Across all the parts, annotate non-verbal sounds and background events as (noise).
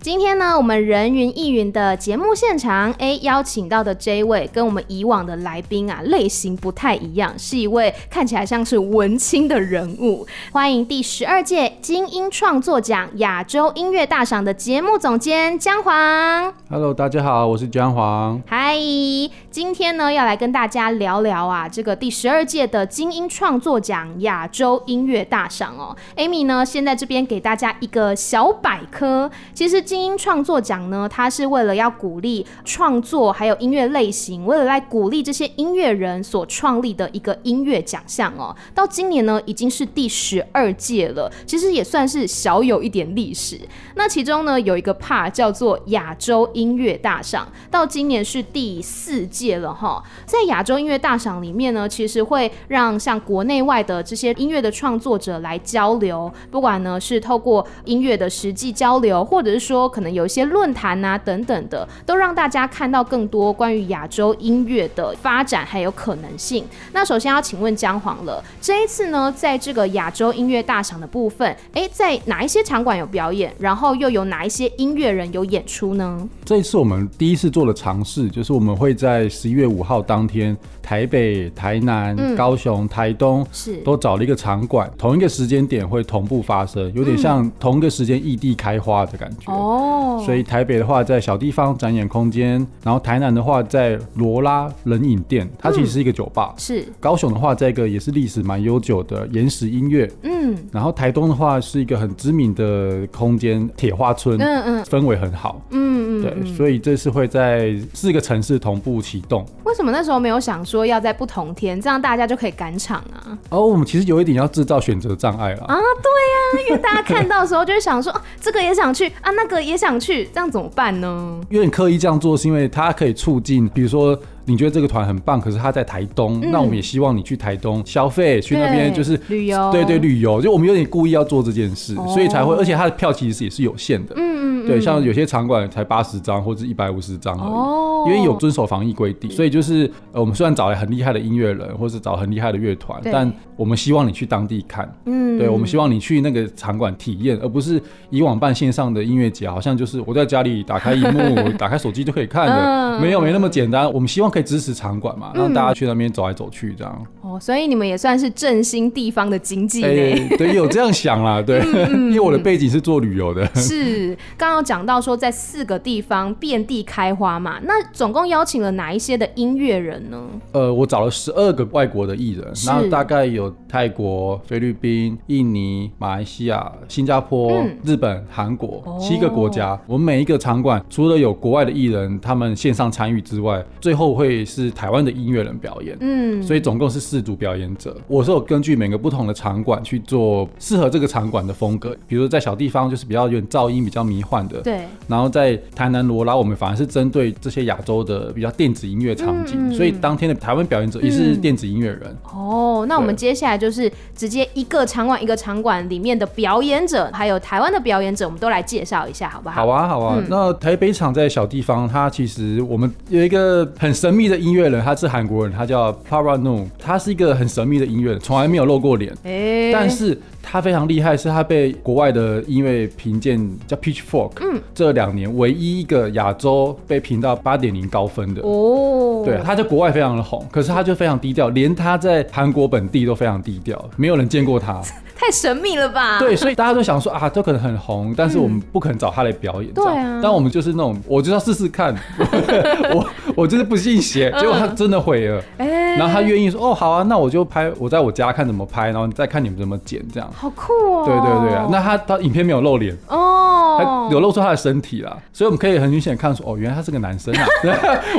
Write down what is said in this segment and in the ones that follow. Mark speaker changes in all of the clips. Speaker 1: 今天呢，我们人云亦云的节目现场，哎，邀请到的这一位跟我们以往的来宾啊类型不太一样，是一位看起来像是文青的人物。欢迎第十二届金音创作奖亚洲音乐大赏的节目总监姜黄。
Speaker 2: Hello，大家好，我是姜黄。
Speaker 1: 嗨，今天呢要来跟大家聊聊啊，这个第十二届的金音创作奖亚洲音乐大赏哦。Amy 呢，先在这边给大家一个小百科。其实金音创作奖呢，它是为了要鼓励创作，还有音乐类型，为了来鼓励这些音乐人所创立的一个音乐奖项哦。到今年呢，已经是第十二届了，其实也算是小有一点历史。那其中呢有一个 part 叫做亚洲音乐大赏，到今年是第四届了哈。在亚洲音乐大赏里面呢，其实会让像国内外的这些音乐的创作者来交流，不管呢是透过音乐的实际交流，或者是说可能有一些论坛啊等等的，都让大家看到更多关于亚洲音乐的发展还有可能性。那首先要请问姜黄了，这一次呢，在这个亚洲音乐大赏的部分，诶，在哪一些场馆有表演？然后又有哪一些音乐人有演出呢？
Speaker 2: 这一次我们第一次做的尝试，就是我们会在十一月五号当天，台北、台南、
Speaker 1: 嗯
Speaker 2: 高雄、台东
Speaker 1: 是
Speaker 2: 都找了一个场馆，同一个时间点会同步发生，有点像同一个时间异地开花的感觉。
Speaker 1: 哦
Speaker 2: 所以台北的话，在小地方展演空间，然后台南的话，在罗拉冷饮店，它其实是一个酒吧。
Speaker 1: 是
Speaker 2: 高雄的话，在一个也是历史蛮悠久的岩石音乐，
Speaker 1: 嗯
Speaker 2: 然后台东的话是一个很知名的空间，铁花村，
Speaker 1: 嗯嗯
Speaker 2: 氛围很好。
Speaker 1: 嗯嗯，
Speaker 2: 对，所以这是会在四个城市同步启动。
Speaker 1: 为什么那时候没有想说要在不同天，这样大家就可以赶场啊？
Speaker 2: 哦，我们其实有一点要制造选择障碍了。
Speaker 1: 啊，对呀、因为大家看到的时候就会想说，啊、这个也想去啊，那个也想去，这样怎么办呢？
Speaker 2: 有点刻意这样做，是因为它可以促进，比如说你觉得这个团很棒，可是它在台东，
Speaker 1: 嗯
Speaker 2: 那我们也希望你去台东消费，去那边
Speaker 1: 对
Speaker 2: 就是
Speaker 1: 旅游
Speaker 2: 对对，旅游，就我们有点故意要做这件事，
Speaker 1: 哦
Speaker 2: 所以才会，而且它的票其实也是有限的。
Speaker 1: 嗯嗯，
Speaker 2: 对，
Speaker 1: 嗯
Speaker 2: 像有些场馆才八十张或者一百五十张而已。
Speaker 1: 哦，
Speaker 2: 因为有遵守防疫规定，所以就是呃，我们虽然找了很厉害的音乐人，或是找很厉害的乐团，
Speaker 1: 对
Speaker 2: 但我们希望你去当地看，
Speaker 1: 嗯
Speaker 2: 对，我们希望你去那个场馆体验，而不是以往办线上的音乐节，好像就是我在家里打开荧
Speaker 1: (laughs)
Speaker 2: 幕、打开手机就可以看
Speaker 1: 嗯
Speaker 2: 的， (laughs) 没有没那么简单。我们希望可以支持场馆嘛，让大家去那边走来走去这样。
Speaker 1: 哦，所以你们也算是振兴地方的经济呢。
Speaker 2: 哎
Speaker 1: 嗯
Speaker 2: 对，有这样想啦，对， (laughs) 因为我的背景是做旅游的，
Speaker 1: 是，刚刚有讲到说在四个地方遍地开花嘛，那总共邀请了哪一些的音乐人呢？
Speaker 2: 呃，我找了十二个外国的艺人，
Speaker 1: 是
Speaker 2: 然后大概有泰国、菲律宾、印尼、马来西亚、新加坡、
Speaker 1: 嗯
Speaker 2: 日本、韩国、
Speaker 1: 哦
Speaker 2: 七个国家。我们每一个场馆除了有国外的艺人他们线上参与之外，最后会是台湾的音乐人表演。
Speaker 1: 嗯，
Speaker 2: 所以总共是四组表演者，我是有根据每个不同的场馆去做适合这个场馆的风格，比如说在小地方就是比较有点噪音比较迷幻的，
Speaker 1: 对，
Speaker 2: 然后在台南罗拉，我们反而是针对这些亚洲的比较电子音乐场景，
Speaker 1: 嗯嗯嗯
Speaker 2: 所以当天的台湾表演者也是电子音乐人。
Speaker 1: 哦，那我们
Speaker 2: 对
Speaker 1: 接下来就是直接一个场馆一个场馆里面的表演者，还有台湾的表演者，我们都来介绍一下，好不好？
Speaker 2: 好啊，好
Speaker 1: 嗯
Speaker 2: 啊。那台北场在小地方，它其实我们有一个很神秘的音乐人，他是韩国人，他叫 Parano，他是一个很神秘的音乐人，从来没有露过脸。
Speaker 1: 哎、
Speaker 2: 但是他非常厉害，是他被国外的音乐评鉴叫 Pitchfork，嗯，这两年唯一一个亚洲被评到八点零高分的，
Speaker 1: 哦，
Speaker 2: 对，他在国外非常的红，可是他就非常低调，连他在韩国本地都非常低调，没有人见过他。
Speaker 1: 太神秘了吧？
Speaker 2: 对，所以大家都想说啊，这可能很红，但是我们不可能找他来表演。
Speaker 1: 嗯对啊
Speaker 2: 这样但我们就是那种，我就要试试看， (laughs) 我我就是不信邪，结果
Speaker 1: 嗯
Speaker 2: 他真的毁了。
Speaker 1: 哎、
Speaker 2: 然后他愿意说，哦，好啊，那我就拍，我在我家看怎么拍，然后再看你们怎么剪，这样。
Speaker 1: 好酷哦，
Speaker 2: 啊对对对啊，那他他影片没有露脸，
Speaker 1: 哦，
Speaker 2: 他流露出他的身体啦，所以我们可以很明显看出，哦，原来他是个男生啊。 (laughs) 对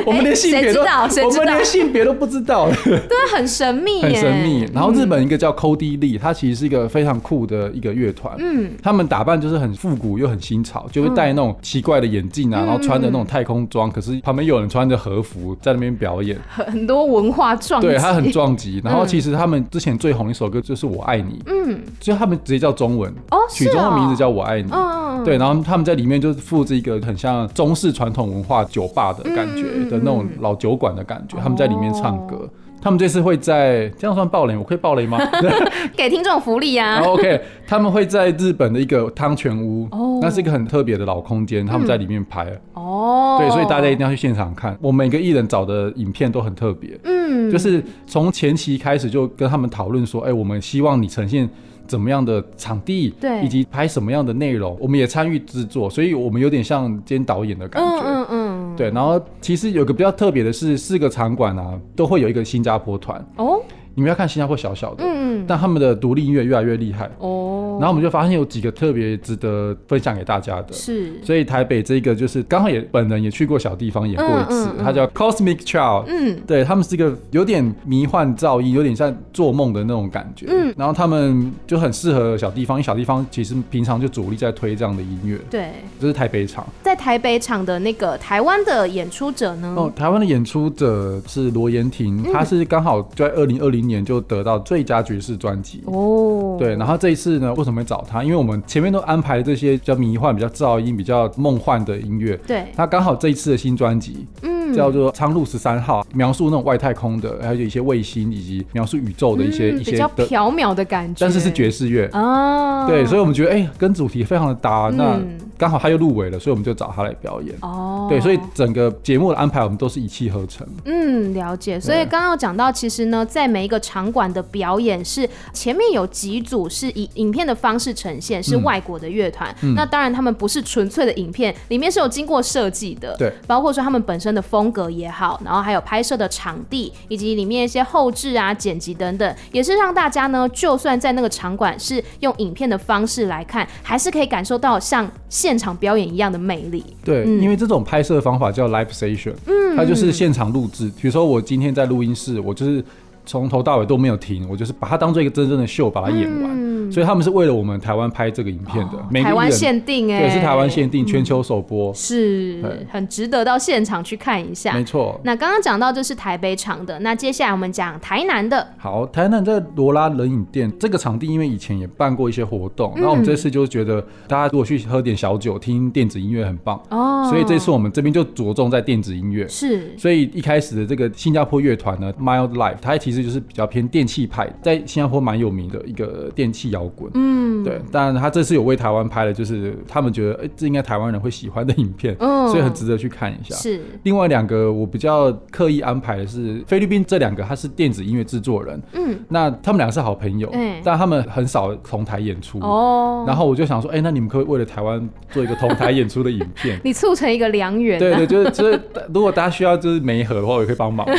Speaker 2: 我们连性别都，
Speaker 1: 哎谁知道谁知道
Speaker 2: 我们连性别都不知道，
Speaker 1: 对，很神秘耶，嗯
Speaker 2: 很神秘。然后日本一个叫 Cody Lee，他其实是一个非常酷的一个乐团，
Speaker 1: 嗯，
Speaker 2: 他们打扮就是很复古又很新潮，就会戴那种奇怪的眼镜
Speaker 1: 嗯
Speaker 2: 啊，然后穿着那种太空装，可是旁边有人穿着和服在那边
Speaker 1: (laughs)
Speaker 2: 表演，
Speaker 1: 很很多文化撞击，
Speaker 2: 对他很撞击。然后其实他们之前最红一首歌就是《我爱你》，
Speaker 1: 嗯，
Speaker 2: 所以他们直接叫中文，
Speaker 1: 哦
Speaker 2: 曲
Speaker 1: 是
Speaker 2: 中的
Speaker 1: 哦
Speaker 2: 名字叫《我爱你》。
Speaker 1: 嗯，嗯，
Speaker 2: 对，然后他们在里面就是复制一个很像中式传统文化酒吧的感觉、
Speaker 1: 嗯嗯嗯
Speaker 2: 的那种老酒馆的感觉，
Speaker 1: 哦
Speaker 2: 他们在里面唱歌。他们这次会在这样算暴雷吗？我可以暴
Speaker 1: (laughs)
Speaker 2: 雷吗？
Speaker 1: 嗯给听众福利啊
Speaker 2: 然，后 OK，他们会在日本的一个汤泉屋，
Speaker 1: 哦
Speaker 2: 那是一个很特别的老空间，他们在里面拍。
Speaker 1: 哦，
Speaker 2: 对，所以大家一定要去现场看。我每个艺人找的影片都很特别，
Speaker 1: 嗯，
Speaker 2: 就是从前期开始就跟他们讨论说，哎、我们希望你呈现怎么样的场地，
Speaker 1: 对
Speaker 2: 以及拍什么样的内容，我们也参与制作，所以我们有点像兼导演的感
Speaker 1: 嗯
Speaker 2: 觉。
Speaker 1: 嗯嗯，
Speaker 2: 对，然后其实有个比较特别的是，四个场馆啊都会有一个新加坡团。
Speaker 1: 哦，
Speaker 2: 你们要看新加坡小小的，
Speaker 1: 嗯嗯，
Speaker 2: 但他们的独立音乐越来越厉害。
Speaker 1: 哦，
Speaker 2: 然后我们就发现有几个特别值得分享给大家的，
Speaker 1: 是，
Speaker 2: 所以台北这个就是刚好也本人也去过小地方演过一
Speaker 1: 嗯
Speaker 2: 次，
Speaker 1: 嗯嗯
Speaker 2: 它叫 Cosmic Child，、
Speaker 1: 嗯
Speaker 2: 对他们是一个有点迷幻噪音，有点像做梦的那种感觉。
Speaker 1: 嗯
Speaker 2: 然后他们就很适合小地方，因为小地方其实平常就主力在推这样的音乐，
Speaker 1: 对，
Speaker 2: 这是台北场。
Speaker 1: 在台北场的那个台湾的演出者呢，
Speaker 2: 哦，台湾的演出者是罗延婷，
Speaker 1: 嗯
Speaker 2: 她是刚好在二零二零年就得到最佳爵士专辑。
Speaker 1: 哦，
Speaker 2: 对，然后这一次呢，为什么会找他？因为我们前面都安排了这些比较迷幻、比较噪音、比较梦幻的音乐。
Speaker 1: 对，
Speaker 2: 他刚好这一次的新专辑
Speaker 1: 嗯，
Speaker 2: 叫做《苍鹭十三号》，描述那种外太空的，还有一些卫星以及描述宇宙的一些、
Speaker 1: 嗯
Speaker 2: 一
Speaker 1: 比
Speaker 2: 些
Speaker 1: 较
Speaker 2: 的，
Speaker 1: 缥缈的感觉，
Speaker 2: 但是是爵士乐。
Speaker 1: 啊，
Speaker 2: 对，所以
Speaker 1: 以
Speaker 2: 我们觉得哎、跟主题非常的搭，那
Speaker 1: 嗯
Speaker 2: 刚好他又入围了，所以我们就找他来表演。
Speaker 1: 哦，
Speaker 2: 对，所以整个节目的安排我们都是一气呵成。
Speaker 1: 嗯，了解。所以
Speaker 2: 对
Speaker 1: 刚刚有讲到，其实呢，在每一个场馆的表演是前面有几组是以影片的方式呈现，是
Speaker 2: 嗯
Speaker 1: 外国的乐团。
Speaker 2: 嗯
Speaker 1: 那当然，他们不是纯粹的影片，里面是有经过设计的，
Speaker 2: 对，
Speaker 1: 包括说他们本身的风格也好，然后还有拍摄的场地，以及里面一些后置啊、剪辑等等，也是让大家呢，就算在那个场馆是用影片的方式来看，还是可以感受到像现场表演一样的魅力。
Speaker 2: 对，
Speaker 1: 嗯
Speaker 2: 因为这种拍摄方法叫 live station，嗯，它就是现场录制。比如说我今天在录音室，我就是从头到尾都没有停，我就是把它当做一个真正的秀把它演完。所以他们是为了我们台湾拍这个影片哦的，每
Speaker 1: 嗯哦台
Speaker 2: 个艺
Speaker 1: 湾
Speaker 2: 人
Speaker 1: 限定、欸，
Speaker 2: 对是台湾限定，全球首播，
Speaker 1: 嗯是啊
Speaker 2: 对
Speaker 1: 很值得到现场去看一下
Speaker 2: 没。错。
Speaker 1: 那刚刚讲到这是台北场的，那接下来我们讲台南的，
Speaker 2: 好，台南在罗拉冷饮店这个场地，因为以前也办过一些活动，
Speaker 1: 嗯
Speaker 2: 那、我们这次就觉得大家如果去喝点小酒，听电子音乐很棒，
Speaker 1: 哦
Speaker 2: 所以这次我们这边就着重在电子音乐。
Speaker 1: 是
Speaker 2: 所以一开始的这个新加坡乐团呢，Mild Life，它其实就是比较偏电器派，在新加坡蛮有名的一个电器摇滚。
Speaker 1: 嗯
Speaker 2: 对，但他这次有为台湾拍的，就是他们觉得，哎、这应该台湾人会喜欢的影片，
Speaker 1: 嗯
Speaker 2: 所以很值得去啊看一下。
Speaker 1: 是
Speaker 2: 另外两个我比较刻意安排的是菲律宾这两个，他是电子音乐制作人，
Speaker 1: 嗯
Speaker 2: 那他们俩是好朋友，
Speaker 1: 哎
Speaker 2: 但他们很少同台演出。
Speaker 1: 哦，
Speaker 2: 嗯然后我就想说，哎、那你们可不可以为了台湾做一个同台演出的影
Speaker 1: (laughs)？
Speaker 2: 片
Speaker 1: 你促成一个良缘、啊，
Speaker 2: 对对，就是就是，如果大家需要就是媒合的话，我也可
Speaker 1: (laughs)
Speaker 2: 以帮忙啊。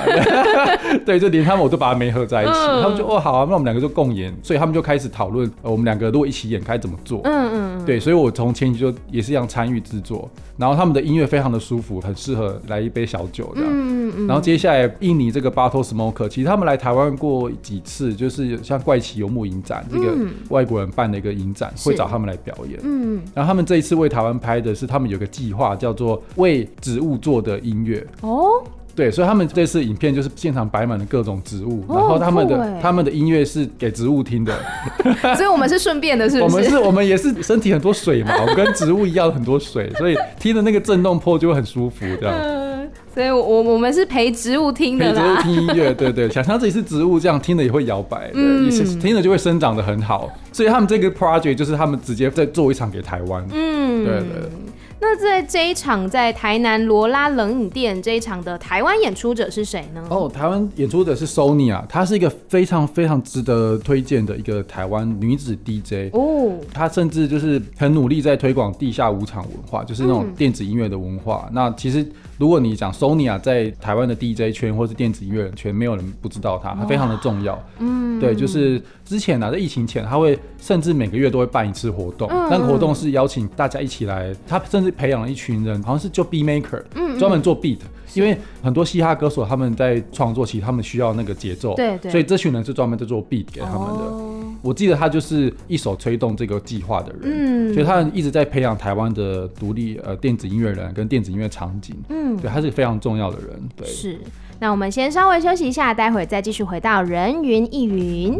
Speaker 2: 对，就连他们我都把它媒合在一起，
Speaker 1: 嗯
Speaker 2: 他们就哦好啊，那我们两个就共演，所以他们就开始讨论、呃我们两个如果一起演该怎么做。
Speaker 1: 嗯嗯，
Speaker 2: 对，所以我从前期就也是一样参与制作，然后他们的音乐非常的舒服，很适合来一杯小酒这样。
Speaker 1: 嗯嗯嗯，
Speaker 2: 然后接下来，印尼这个 Bottle Smoker，其实他们来台湾过几次，就是像怪奇游牧影展这个
Speaker 1: 嗯
Speaker 2: 外国人办的一个影展，
Speaker 1: 是
Speaker 2: 会找他们来表演。
Speaker 1: 嗯
Speaker 2: 然后他们这一次为台湾拍的是，他们有个计划叫做为植物做的音乐。
Speaker 1: 哦
Speaker 2: 对，所以他们这次影片就是现场摆满了各种植物，
Speaker 1: 哦
Speaker 2: 然后他们
Speaker 1: 酷
Speaker 2: 的
Speaker 1: 欸
Speaker 2: 他们的音乐是给植物听的。
Speaker 1: 所以我们是顺便的， (laughs) 是
Speaker 2: 我
Speaker 1: 不
Speaker 2: 们是我们也是身体很多水嘛，我们跟植物一样很多水，所以听的那个震动波就会很舒服这样。
Speaker 1: 嗯， (laughs) 所以我我我们是陪植物听
Speaker 2: 可
Speaker 1: 的
Speaker 2: 以直接
Speaker 1: 啦，
Speaker 2: 听音乐，对对，想象自己是植物，这样听的也会摇摆，对，
Speaker 1: 嗯
Speaker 2: 也是听着就会生长的很好。所以他们这个 project 就是他们直接在做一场给台湾，
Speaker 1: 嗯，
Speaker 2: 对对对。
Speaker 1: 那在这一场在台南罗拉冷饮店这一场的台湾演出者是谁呢？
Speaker 2: 哦，台湾演出者是 Sony 啊，她是一个非常非常值得推荐的一个台湾女子 DJ。
Speaker 1: 哦，
Speaker 2: 她甚至就是很努力在推广地下舞场文化，就是那种
Speaker 1: 嗯
Speaker 2: 电子音乐的文化。那其实如果你讲 Sony 啊，在台湾的 DJ 圈或是电子音乐圈，没有人不知道她，她非常的重要。嗯，对，就是之前啊，在疫情前，他会甚至每个月都会办一次活动，
Speaker 1: 嗯
Speaker 2: 那个活动是邀请大家一起来，他甚至培养了一群人，好像是就 beat maker，专
Speaker 1: 嗯
Speaker 2: 门做 beat，因为很多嘻哈歌手他们在创作期，他们需要那个节奏，
Speaker 1: 对对
Speaker 2: 所以这群人是专门在做 beat 给他们的。
Speaker 1: 哦
Speaker 2: 我记得他就是一手推动这个计划的人，
Speaker 1: 嗯
Speaker 2: 所以他一直在培养台湾的独立呃电子音乐人跟电子音乐场景，
Speaker 1: 嗯，
Speaker 2: 对，他是非常重要的人，对。
Speaker 1: 是。那我们先稍微休息一下，待会儿再继续回到人云亦云。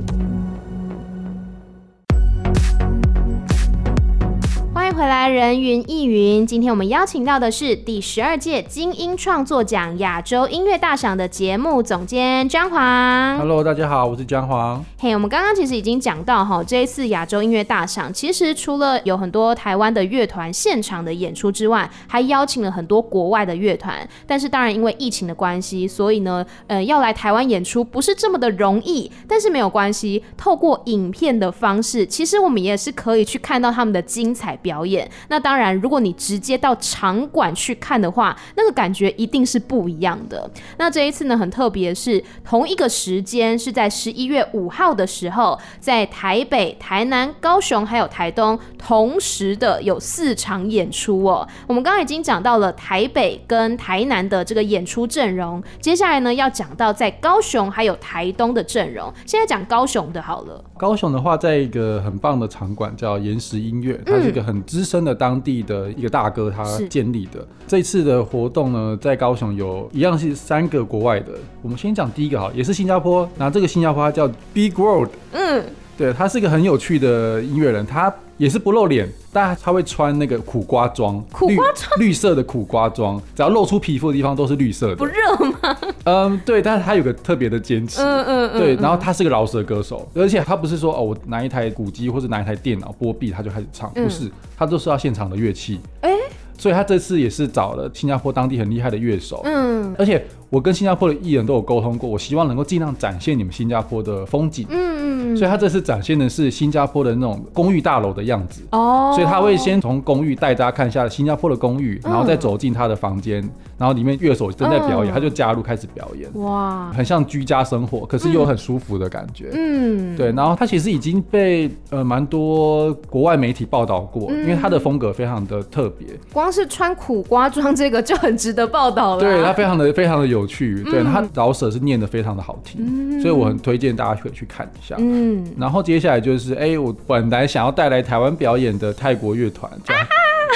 Speaker 1: 欢迎回来，人云亦云。今天我们邀请到的是第十二届金音创作奖亚洲音乐大赏的节目总监张华。
Speaker 2: Hello，大家好，我是姜黄。
Speaker 1: 嘿我们刚刚其实已经讲到哈，这一次亚洲音乐大赏，其实除了有很多台湾的乐团现场的演出之外，还邀请了很多国外的乐团。但是当然因为疫情的关系，所以呢，呃，要来台湾演出不是这么的容易。但是没有关系，透过影片的方式，其实我们也是可以去看到他们的精彩表演。那当然，如果你直接到场馆去看的话，那个感觉一定是不一样的。那这一次呢，很特别的是，同一个时间是在十一月五号的时候，在台北、台南、高雄还有台东同时的有四场演出哦。我们刚刚已经讲到了台北跟台南的这个演出阵容，接下来呢要讲到在高雄还有台东的阵容。现在讲高雄的好了，
Speaker 2: 高雄的话，在一个很棒的场馆叫岩石音乐，
Speaker 1: 嗯
Speaker 2: 它是一个很资深的当地的一个大哥他
Speaker 1: 是
Speaker 2: 建立的。这次的活动呢，在高雄有一样是三个国外的，我们先讲第一个哈，也是新加坡，那这个新加坡它叫 Big World，
Speaker 1: 嗯，
Speaker 2: 对他是一个很有趣的音乐人，他也是不露脸，但他会穿那个苦瓜装，
Speaker 1: 苦瓜
Speaker 2: 装绿色的苦瓜装，只要露出皮肤的地方都是绿色
Speaker 1: 不
Speaker 2: 的。
Speaker 1: 热吗？
Speaker 2: 嗯，对， (laughs) 但是他有个特别的坚持。
Speaker 1: 嗯嗯嗯，
Speaker 2: 对，然后他是个饶舌歌手，而且他不是说哦，我拿一台鼓机或者拿一台电脑波壁他就开始唱，
Speaker 1: 嗯
Speaker 2: 不是，他都是要现场的乐器。
Speaker 1: 哎
Speaker 2: 所以他这次也是找了新加坡当地很厉害的乐手，
Speaker 1: 嗯
Speaker 2: 而且我跟新加坡的艺人都有沟通过，我希望能够尽量展现你们新加坡的风景。
Speaker 1: 嗯嗯，
Speaker 2: 所以他这次展现的是新加坡的那种公寓大楼的样子。
Speaker 1: 哦，
Speaker 2: 所以他会先从公寓带大家看一下新加坡的公寓，
Speaker 1: 嗯
Speaker 2: 然后再走进他的房间，然后里面乐手正在表演，
Speaker 1: 嗯
Speaker 2: 他就加入开始表演，
Speaker 1: 哇，
Speaker 2: 很像居家生活，可是又很舒服的感觉。
Speaker 1: 嗯，
Speaker 2: 对，然后他其实已经被呃蛮多国外媒体报道过，
Speaker 1: 嗯
Speaker 2: 因为他的风格非常的特别，
Speaker 1: 光是穿苦瓜装这个就很值得报道了。啊
Speaker 2: 对他，非常的非常的有趣，对
Speaker 1: 嗯
Speaker 2: 他饶舌是念得非常的好听，所以我很推荐大家可以去看一下。
Speaker 1: 嗯，
Speaker 2: 然后接下来就是，哎、我本来想要带来台湾表演的泰国乐团，叫、
Speaker 1: 啊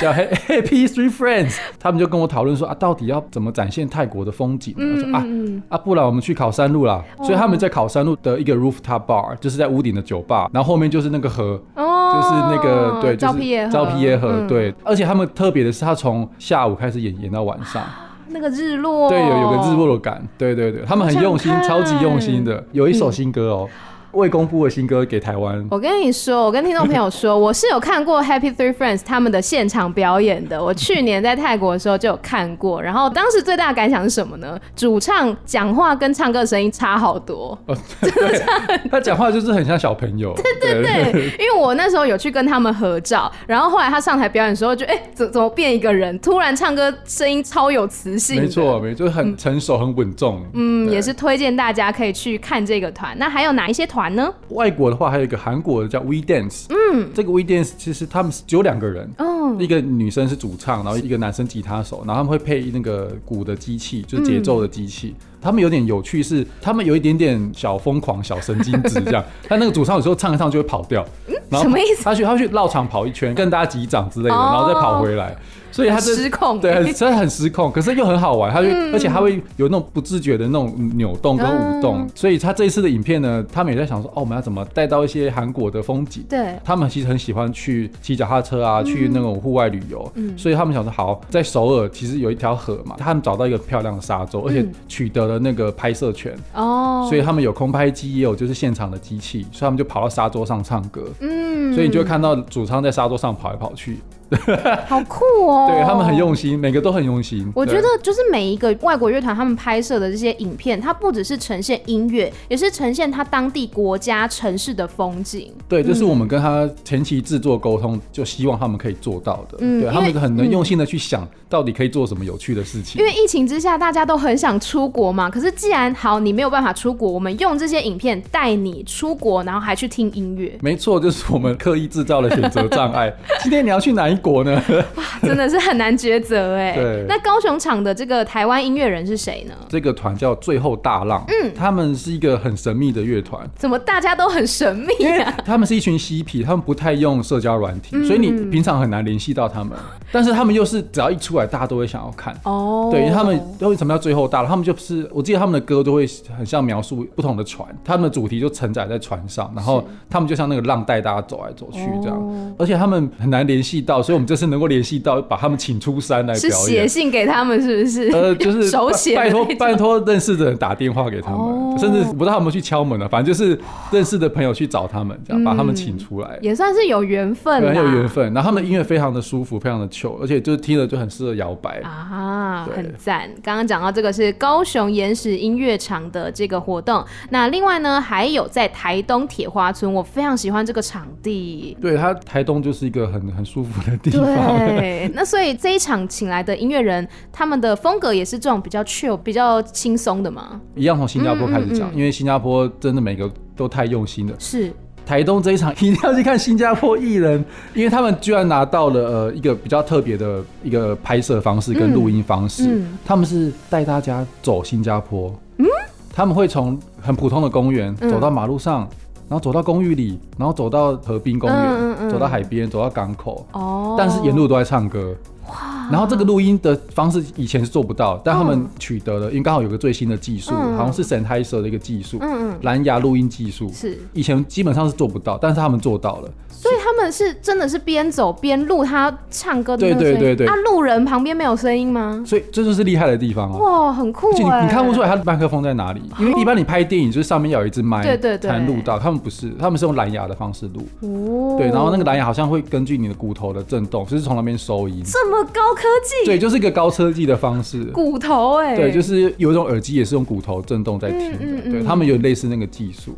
Speaker 2: 叫 Happy Three Friends，他们就跟我讨论说啊，到底要怎么展现泰国的风景？
Speaker 1: 嗯
Speaker 2: 我说啊啊，不然我们去考山路啦。
Speaker 1: 哦
Speaker 2: 所以他们在考山路的一个 rooftop bar，就是在屋顶的酒吧，然后后面就是那个河。
Speaker 1: 哦，
Speaker 2: 就是那个对，就
Speaker 1: 照
Speaker 2: 是
Speaker 1: 片也
Speaker 2: 照片耶河，
Speaker 1: 嗯，
Speaker 2: 对，而且他们特别的是，他从下午开始演演到晚上，
Speaker 1: 那个日落，
Speaker 2: 对，有有个日落的感，对对对，他们很
Speaker 1: 好想
Speaker 2: 用心，
Speaker 1: 看嗯
Speaker 2: 超级用心的。有一首新歌哦，未公布的新歌给台湾，
Speaker 1: 我跟你说，我跟听众朋友说，我是有看过 Happy Three Friends 他们的现场表演
Speaker 2: (laughs)
Speaker 1: 的。我去年在泰国的时候就有看过，然后当时最大的感想是什么呢？主唱讲话跟唱歌声音差好
Speaker 2: (laughs)
Speaker 1: 多。
Speaker 2: 哦，对，他讲话就是很像小朋友，对对
Speaker 1: 对，因为我那时候有去跟他们合照，然后后来他上台表演的时候就，哎、怎怎么变一个人？突然唱歌声音超有磁性，
Speaker 2: 没错，。没错，就是很成熟、很稳重。
Speaker 1: 嗯，
Speaker 2: 对
Speaker 1: 也是推荐大家可以去看这个团。那还有哪一些团呢？
Speaker 2: 外国的话，还有一个韩国的叫 We Dance，嗯，这个 We Dance 其实他们只有两个人，
Speaker 1: 嗯
Speaker 2: 一个女生是主唱，然后一个男生吉他手，然后他们会配那个鼓的机器，就是节奏的机器。他们有点有趣是，他们有一点点小疯狂、小神经质
Speaker 1: (laughs)
Speaker 2: 这样。但那个主唱有时候唱一唱就会跑掉，
Speaker 1: 嗯
Speaker 2: 然后
Speaker 1: 什么意思
Speaker 2: 他去他去绕场跑一圈，跟大家击掌之类的，
Speaker 1: 哦
Speaker 2: 然后再跑回来。所以他这
Speaker 1: 失控嗯
Speaker 2: 对，很真的很失控，可是又很好玩。他就、而且他会有那种不自觉的那种扭动跟舞动，
Speaker 1: 嗯
Speaker 2: 所以他这一次的影片呢，他们也在想说，哦，我们要怎么带到一些韩国的风景。
Speaker 1: 对
Speaker 2: 他们其实很喜欢去骑脚踏车
Speaker 1: 嗯
Speaker 2: 啊，去那种户外旅游，所以他们想说，好，在首尔其实有一条河嘛，他们找到一个漂亮的沙洲，而且取得了那个拍摄权，
Speaker 1: 嗯哦，
Speaker 2: 所以他们有空拍机，也有就是现场的机器，所以他们就跑到沙洲上唱歌，
Speaker 1: 嗯
Speaker 2: 所以你就会看到主唱在沙洲上跑来跑去。
Speaker 1: 好酷哦！
Speaker 2: (laughs) 对他们很用心，每个都很用心。
Speaker 1: 我觉
Speaker 2: 对
Speaker 1: 得嗯就是每一个外国乐团他们拍摄的这些影片，它不只是呈现音乐，也是呈现它当地国家城市的风景。
Speaker 2: 对，这是我们跟他前期制作沟通，就希望他们可以做到的。
Speaker 1: 嗯
Speaker 2: 对他
Speaker 1: 因
Speaker 2: 们
Speaker 1: 为
Speaker 2: 很能用心的去想，到底可以做什么有趣的事情
Speaker 1: 因。为疫情之下，大家都很想出国嘛。可是既然好，你没有办法出国，我们用这些影片带你出国，然后还去听音
Speaker 2: (laughs)
Speaker 1: 乐，
Speaker 2: 没错，就是我们刻意制造了选择障碍。今天你要去哪一国呢？ (laughs)
Speaker 1: 真的是很难抉择哎、
Speaker 2: 对
Speaker 1: 那高雄场的这个台湾音乐人是谁呢？
Speaker 2: 这个团叫最后大浪，嗯，他们是一个很神秘的乐团。
Speaker 1: 怎么大家都很神秘
Speaker 2: 因为
Speaker 1: 啊？
Speaker 2: 他们是一群嬉皮，他们不太用社交软体，所以你平常很难联系到他们。但是他们又是只要一出来，大家都会想要看。
Speaker 1: 哦
Speaker 2: 对，因为他们为什么要最后大浪？他们就是，我记得他们的歌都会很像描述不同的船，他们的主题就承载在船上，然后他们就像那个浪带大家走来走去这样。
Speaker 1: 哦
Speaker 2: 而且他们很难联系到，所以我们这次能够联系到，把他们请出山来
Speaker 1: 是
Speaker 2: 表
Speaker 1: 写
Speaker 2: 演。
Speaker 1: 信给他们是不是？
Speaker 2: 呃，就是
Speaker 1: (laughs) 手写的那
Speaker 2: 拜拜托
Speaker 1: 种
Speaker 2: 拜托认识的人打电话给他们，
Speaker 1: 哦
Speaker 2: 甚至不知道他们去敲门了、反正就是认识的朋友去找他们，这样、把他们
Speaker 1: 嗯
Speaker 2: 请出来。
Speaker 1: 也算是有缘啊分啦，
Speaker 2: 很有缘分，然后他们的音乐非常的舒服，非常的 chill，而且就是听了就很适合摇摆。
Speaker 1: 啊，
Speaker 2: 对
Speaker 1: 很赞！刚刚讲到这个是高雄岩石音乐场的这个活动，那另外呢还有在台东铁花村，我非常喜欢这个场地。
Speaker 2: 对，它台东就是一个很很舒服的地方。
Speaker 1: 对，那所以这一场请来的音乐人，他们的风格也是这种比较 chill、比较轻松的嘛？
Speaker 2: 一样从新加坡开始
Speaker 1: 嗯
Speaker 2: 讲，
Speaker 1: 嗯嗯
Speaker 2: 因为新加坡真的每个都太用心了。
Speaker 1: 是，
Speaker 2: 台东这一场 (laughs) 一定要去看新加坡艺人，因为他们居然拿到了呃一个比较特别的一个拍摄方式跟录音方式，
Speaker 1: 嗯嗯
Speaker 2: 他们是带大家走新加坡，嗯，他们会从很普通的公园
Speaker 1: 嗯
Speaker 2: 走到马路上。然后走到公寓里，然后走到河滨公园，
Speaker 1: 嗯嗯嗯
Speaker 2: 走到海边，走到港口，
Speaker 1: 哦，
Speaker 2: 但是沿路都在唱歌。哇！然后这个录音的方式以前是做不到，但他们取得了，因为刚好有个最新的技术，
Speaker 1: 嗯
Speaker 2: 好像是 Sennheiser 的一个技术，
Speaker 1: 嗯嗯
Speaker 2: 蓝牙录音技术。
Speaker 1: 是，
Speaker 2: 以前基本上是做不到，但是他们做到了。
Speaker 1: 所以他们是真的是边走边录他唱歌的那个
Speaker 2: 对对
Speaker 1: 声音
Speaker 2: 对对
Speaker 1: 啊，路人旁边没有声音吗？
Speaker 2: 所以这就是厉害的地方啊！
Speaker 1: 哇，很酷
Speaker 2: 而且你
Speaker 1: 哎！
Speaker 2: 你看不出来他的麦克风在哪里，因为一般你拍电影就是上面要有一支麦，
Speaker 1: 对对对
Speaker 2: 才能录到。他们不是，他们是用蓝牙的方式录。
Speaker 1: 哦，
Speaker 2: 对，然后那个蓝牙好像会根据你的骨头的震动，就是从那边收音。
Speaker 1: 这么高科技，
Speaker 2: 对，就是一个高科技的方式。
Speaker 1: 骨头哎、
Speaker 2: 对，就是有一种耳机也是用骨头震动在听的，
Speaker 1: 嗯嗯嗯哦
Speaker 2: 对他们有类似那个技术，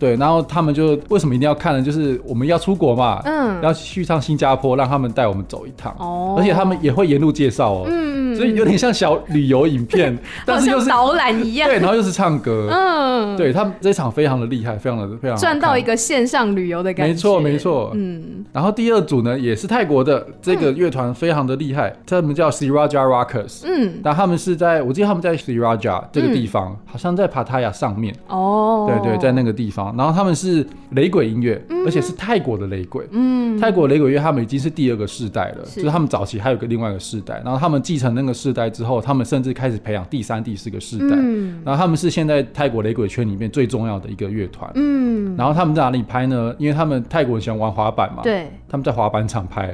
Speaker 2: 对，然后他们就为什么一定要看呢？就是我们要出国嘛，
Speaker 1: 嗯
Speaker 2: 要去趟新加坡，让他们带我们走一趟，
Speaker 1: 哦
Speaker 2: 而且他们也会沿路介绍哦，
Speaker 1: 嗯
Speaker 2: 所以有点像小旅游
Speaker 1: (laughs)
Speaker 2: 影片，但是
Speaker 1: 好
Speaker 2: 又
Speaker 1: 像
Speaker 2: 是
Speaker 1: 导览一样，
Speaker 2: 对，然后又是唱歌，
Speaker 1: 嗯，
Speaker 2: 对他们这场非常的厉害，非常的非常好看
Speaker 1: 赚到一。个线上旅游的感觉，
Speaker 2: 没错，没，错。
Speaker 1: 嗯，
Speaker 2: 然后第二组呢，也是泰国的，这个乐团非常的厉害，他们叫 Siraja Rockers。
Speaker 1: 嗯，
Speaker 2: 但他们是在，我记得他们在 Siraja 这个地方，好像在帕塔亚上面，
Speaker 1: 哦，
Speaker 2: 对对，在那个地方。然后他们是雷鬼音乐，而且是泰国的雷鬼。
Speaker 1: 嗯，
Speaker 2: 泰国雷鬼乐他们已经是第二个世代了，
Speaker 1: 是
Speaker 2: 就是他们早期还有个另外一个世代，然后他们继承那个世代之后，他们甚至开始培养第三、第四个世代。
Speaker 1: 嗯
Speaker 2: 然后他们是现在泰国雷鬼圈里面最重要的一个乐团。
Speaker 1: 嗯，
Speaker 2: 然后他们在哪里拍呢？因为他们泰国人喜欢玩滑板嘛，
Speaker 1: 对，
Speaker 2: 他们在滑板场拍，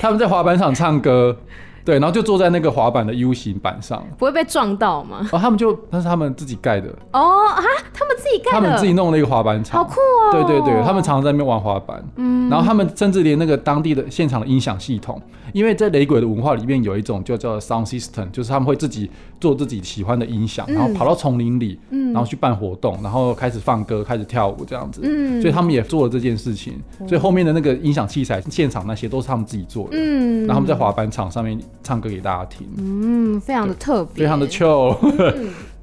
Speaker 2: 他们在滑板场唱歌，对，然后就坐在那个滑板的 U 型板上，
Speaker 1: 不会被撞到吗？
Speaker 2: 然后他们就那是他们自己盖的，
Speaker 1: 哦啊，他们自己盖的，
Speaker 2: 他们自己弄了一个滑板场，
Speaker 1: 好酷哦，嗯
Speaker 2: 对对对，他们常常在那边玩滑板，然后他们甚至连那个当地的现场的音响系统，因为在雷鬼的文化里面有一种就叫 sound system，就是他们会自己做自己喜欢的音
Speaker 1: 嗯
Speaker 2: 响，然后跑到丛林里，然后去办活动，然后开始放歌，开始跳舞这样子，
Speaker 1: 嗯哦
Speaker 2: 所以他们也做了这件事情，所以后面的那个音响器材、现场那些都是他们自己做的，
Speaker 1: 嗯，
Speaker 2: 然后他们在滑板场上面唱歌给大家听，
Speaker 1: 嗯，非常的特别，嗯
Speaker 2: 非常的 chill。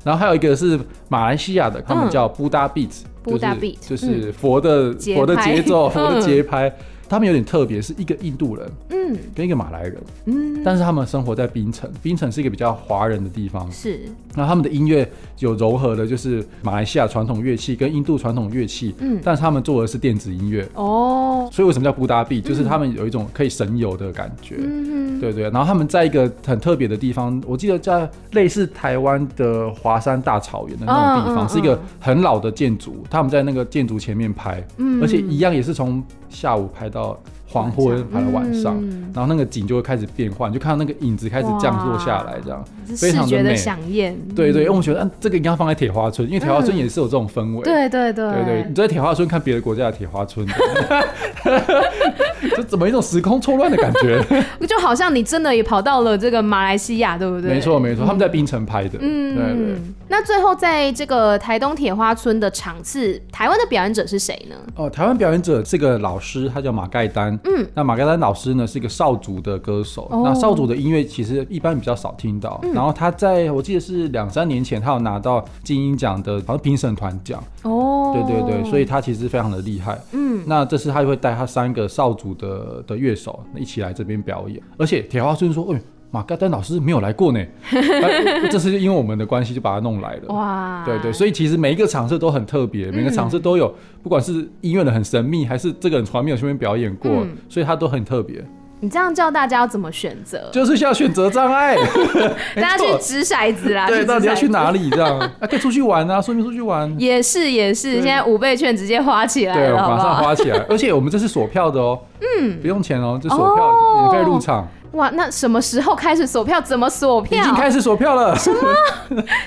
Speaker 2: 然后还有一个是马来西亚的，他们叫 Buddha Beat，就是
Speaker 1: Buddha beat，
Speaker 2: 就是佛的
Speaker 1: 嗯节
Speaker 2: 佛的
Speaker 1: 拍
Speaker 2: 节
Speaker 1: (laughs)
Speaker 2: 奏，佛
Speaker 1: 嗯
Speaker 2: 的节拍。他们有点特别，是一个印度人
Speaker 1: 嗯
Speaker 2: 跟一个马来人，
Speaker 1: 嗯，
Speaker 2: 但是他们生活在槟城，槟城是一个比较华人的地方。
Speaker 1: 是
Speaker 2: 那他们的音乐有柔和的，就是马来西亚传统乐器跟印度传统乐器，
Speaker 1: 嗯
Speaker 2: 但是他们做的是电子音乐。
Speaker 1: 哦，
Speaker 2: 所以为什么叫布达比？
Speaker 1: 嗯
Speaker 2: 就是他们有一种可以神游的感觉。
Speaker 1: 嗯哼，
Speaker 2: 对对，然后他们在一个很特别的地方，我记得在类似台湾的华山大草原的那种地
Speaker 1: 嗯
Speaker 2: 方，
Speaker 1: 嗯
Speaker 2: 是一个很
Speaker 1: 嗯
Speaker 2: 老的建筑，他们在那个建筑前面拍，而且一样也是从下午拍到黄昏，排到晚上，
Speaker 1: 嗯
Speaker 2: 然后那个景就会开始变化，你就看到那个影子开始降落下来，这样非
Speaker 1: 视
Speaker 2: 常
Speaker 1: 觉
Speaker 2: 的
Speaker 1: 的嗯
Speaker 2: 美。
Speaker 1: 响应，
Speaker 2: 对对，因为我觉得、啊、这个应该放在铁花村，因为铁花村
Speaker 1: 嗯
Speaker 2: 也是有这种氛围。
Speaker 1: 对对对
Speaker 2: 对对，你在铁花村看别的国家的铁花
Speaker 1: (laughs)
Speaker 2: 村， (laughs) 这怎么一种时空错乱的感觉？
Speaker 1: 就好像你真的也跑到了这个马来西亚，对不对？
Speaker 2: 没错没错，他们在冰城拍的。嗯，对对。
Speaker 1: 嗯，那最后在这个台东铁花村的场次，台湾的表演者是谁呢？
Speaker 2: 哦，台湾表演者这个老师他叫马盖丹，嗯，那马盖丹老师呢是一个少族的歌手，
Speaker 1: 哦
Speaker 2: 那少族的音乐其实一般比较少听到，然后他在我记得是两三年前，他有拿到金鹰奖的，好像评审团奖，
Speaker 1: 哦，
Speaker 2: 对对对，所以他其实非常的厉害，嗯，那这次他就会带他三个少族的的乐手一起来这边表演，而且铁花村说，哎、马盖丹老师没有来过呢， (laughs) 哎这是因为我们的关系就把他弄来了，
Speaker 1: 哇，
Speaker 2: 对对，所以其实每一个场次都很特
Speaker 1: 嗯
Speaker 2: 别，每个场次都有，不管是音乐的很神秘，还是这个人从来没有去那边表演过，
Speaker 1: 嗯
Speaker 2: 所以他都很特别，
Speaker 1: 你这样叫大家要怎么选择？
Speaker 2: 就是需要选择障碍，
Speaker 1: (laughs)
Speaker 2: 没
Speaker 1: 呃大家去
Speaker 2: 错
Speaker 1: 掷骰子啦，去
Speaker 2: 对，
Speaker 1: 掷
Speaker 2: 到底要
Speaker 1: 骰
Speaker 2: 去
Speaker 1: 子
Speaker 2: 哪里这样？啊，可以出去玩啊，顺便出去玩， (laughs)
Speaker 1: 也是也是，现在五倍券直接花起来
Speaker 2: 对，
Speaker 1: 了，好
Speaker 2: 马
Speaker 1: 不
Speaker 2: 上
Speaker 1: 好？
Speaker 2: 花起来，而且我们这是锁票的哦，嗯，不用钱哦，这锁票
Speaker 1: 哦
Speaker 2: 免费入场，
Speaker 1: 哇，那什么时候开始锁票？怎么锁
Speaker 2: 已
Speaker 1: 票？
Speaker 2: 经开始锁票了，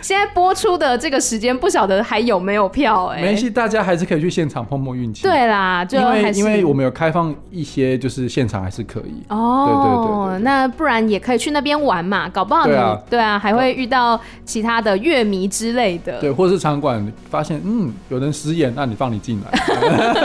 Speaker 1: 现在播出的这个时间，不晓得还有没有票哎、
Speaker 2: 没关系，大家还是可以去现场碰碰运气，，
Speaker 1: 对啦，就
Speaker 2: 因为
Speaker 1: 还是
Speaker 2: 因为我们有开放一些，就是现场还是可以，
Speaker 1: 哦，
Speaker 2: 对对对对对
Speaker 1: 那不然也可以去那边玩嘛，搞不好你
Speaker 2: 对啊
Speaker 1: 还会遇到其他的乐迷之类的，
Speaker 2: 对，或是场馆发现嗯有人食言，那你放你进来。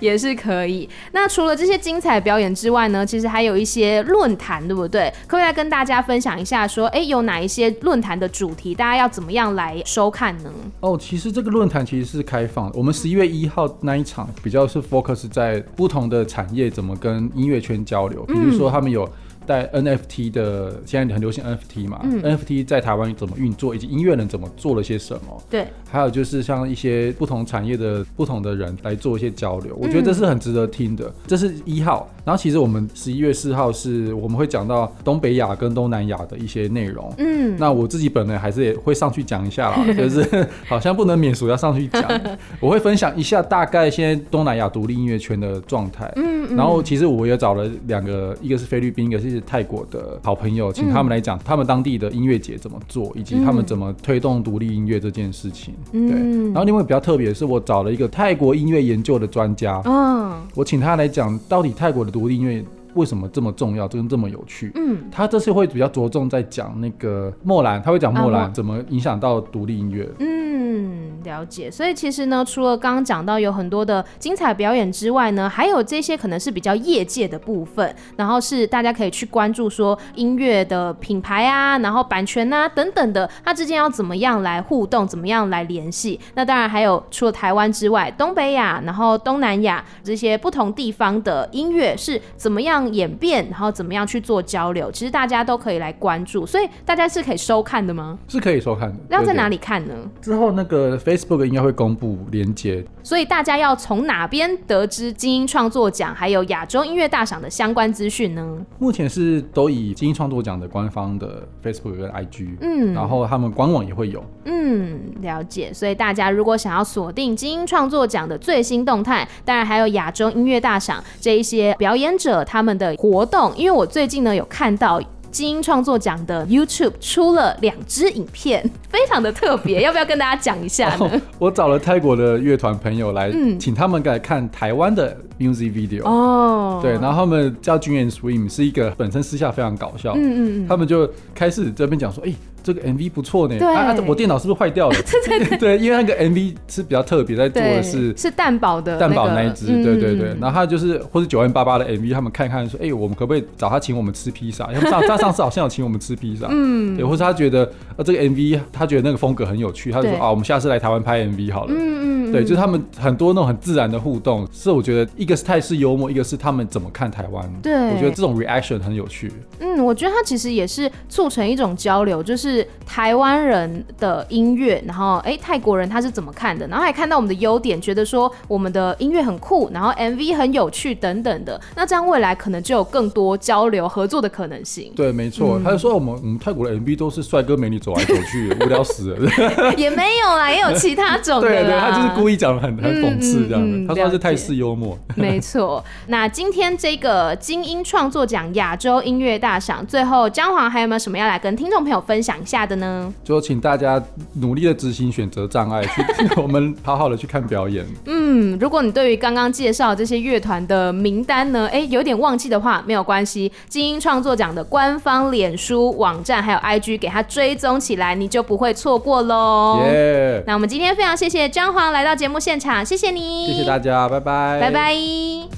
Speaker 1: 也是可以。那除了这些精彩表演之外呢，其实还有一些论坛，对不对？可不可以来跟大家分享一下说，哎，有哪一些论坛的主题，大家要怎么样来收看呢？
Speaker 2: 哦，其实这个论坛其实是开放的。我们十一月一号那一场比较是 focus 在不同的产业怎么跟音乐圈交流，比如说他们有带 NFT 的，现在很流行 NFT 嘛、n f t 在台湾怎么运作，以及音乐人怎么做了些什么。
Speaker 1: 对，
Speaker 2: 还有就是像一些不同产业的不同的人来做一些交流，我觉得这是很值得听的。这是一号，然后其实我们十一月四号是我们会讲到东北亚跟东南亚的一些内容。
Speaker 1: 嗯，
Speaker 2: 那我自己本人还是也会上去讲一下啦， (laughs) 就是好像不能免俗要上去讲，
Speaker 1: (laughs)
Speaker 2: 我会分享一下大概现在东南亚独立音乐圈的状态。
Speaker 1: 嗯嗯
Speaker 2: 然后其实我也找了两个，一个是菲律宾，一个是泰国的好朋友，请他们来
Speaker 1: 嗯
Speaker 2: 讲他们当地的音乐节怎么做，以及他们怎么推动独立音乐这件事情。对，
Speaker 1: 嗯
Speaker 2: 然后另外比较特别的是，我找了一个泰国音乐研究的专家，
Speaker 1: 嗯
Speaker 2: 我请他来讲到底泰国的独立音乐为什么这么重要，跟这么有趣。
Speaker 1: 嗯，
Speaker 2: 他这次会比较着重在讲那个莫兰，他会讲莫
Speaker 1: 啊
Speaker 2: 兰
Speaker 1: 莫
Speaker 2: 怎么影响到独立音乐。
Speaker 1: 嗯，了解。所以其实呢，除了刚刚讲到有很多的精彩表演之外呢，还有这些可能是比较业界的部分，然后是大家可以去关注说音乐的品牌啊，然后版权啊等等的，它之间要怎么样来互动，怎么样来联系。那当然还有除了台湾之外，东北亚，然后东南亚这些不同地方的音乐是怎么样演变，然后怎么样去做交流，其实大家都可以来关注。所以大家是可以收看的吗？
Speaker 2: 是可以收看的。
Speaker 1: 要在
Speaker 2: 对对
Speaker 1: 哪里看呢？
Speaker 2: 之后那个 Facebook 应该会公布连接，
Speaker 1: 所以大家要从哪边得知精英创作奖还有亚洲音乐大赏的相关资讯呢？
Speaker 2: 目前是都以金鹰创作奖的官方的 Facebook 跟 IG，
Speaker 1: 嗯
Speaker 2: 然后他们官网也
Speaker 1: (laughs)
Speaker 2: 会有。
Speaker 1: 嗯，了解。所以大家如果想要锁定精英创作奖的最新动态，当然还有亚洲音乐大赏这一些表演者他们的活动，因为我最近呢有看到。精英创作奖的 YouTube 出了两支影片，非常的特别，要不要跟大家讲一下
Speaker 2: 然后
Speaker 1: 呢？
Speaker 2: 我找了泰国的乐团朋友来，
Speaker 1: 嗯
Speaker 2: 请他们来看台湾的 music video。
Speaker 1: (laughs) 哦，
Speaker 2: 对，然后他们叫 j u n Swim，是一个本身私下非常搞笑，
Speaker 1: 嗯嗯嗯
Speaker 2: 他们就开始这边讲说，哎、这个 MV 不错呢，
Speaker 1: 对
Speaker 2: 啊啊我电脑是不是坏掉了？ (laughs) 对对对，因为那个 MV 是比较特别，在做
Speaker 1: 对，
Speaker 2: 的是
Speaker 1: 是蛋堡的
Speaker 2: 蛋堡
Speaker 1: 个
Speaker 2: 那一只，
Speaker 1: 嗯
Speaker 2: 对对对
Speaker 1: 嗯，嗯
Speaker 2: 然后他就是或者九万八八的 MV，他们看看说，哎、我们可不可以找他请我们吃披萨？因为上 (laughs) 他上次好像有请我们吃披萨，嗯，对，或者他觉得呃这个 MV 他觉得那个风格很有趣，他就说
Speaker 1: 对
Speaker 2: 啊，我们下次来台湾拍 MV 好了，嗯嗯，对，就是他们很多那种很自然的互动，是我觉得一个是泰式幽默，一个是他们怎么看台湾，
Speaker 1: 对
Speaker 2: 我觉得这种 reaction 很有趣，，
Speaker 1: 嗯，我觉得它其实也是促成一种交流，就是就是台湾人的音乐，然后哎、诶泰国人他是怎么看的，然后还看到我们的优点，觉得说我们的音乐很酷，然后 MV 很有趣等等的。那这样未来可能就有更多交流合作的可能性
Speaker 2: 对，没
Speaker 1: 嗯
Speaker 2: 错，他就说我们我们泰国的 MV 都是帅哥美女走来走去，无聊死
Speaker 1: (laughs)
Speaker 2: 了。
Speaker 1: 也没有啦，也有其他种的
Speaker 2: 对
Speaker 1: 啦。
Speaker 2: 对，他就是故意讲的很很讽刺这样
Speaker 1: 啊嗯嗯嗯
Speaker 2: 的。他说他
Speaker 1: 了解
Speaker 2: 是泰式幽默，
Speaker 1: 没错，那今天这个精英创作奖亚洲音乐大赏，最后姜黄还有没有什么要来跟听众朋友分享一下的呢？
Speaker 2: 就请大家努力的执行选择障碍，去 (laughs) 我们好好的去看表演。
Speaker 1: 嗯，如果你对于刚刚介绍这些乐团的名单呢，诶，有点忘记的话，没有关系，精英创作奖的官方脸书网站还有 IG 给它追踪起来，你就不会错过喽。
Speaker 2: 耶，
Speaker 1: 那我们今天非常谢谢姜黄来到节目现场，谢谢你，
Speaker 2: 谢谢大家，拜拜，
Speaker 1: 拜拜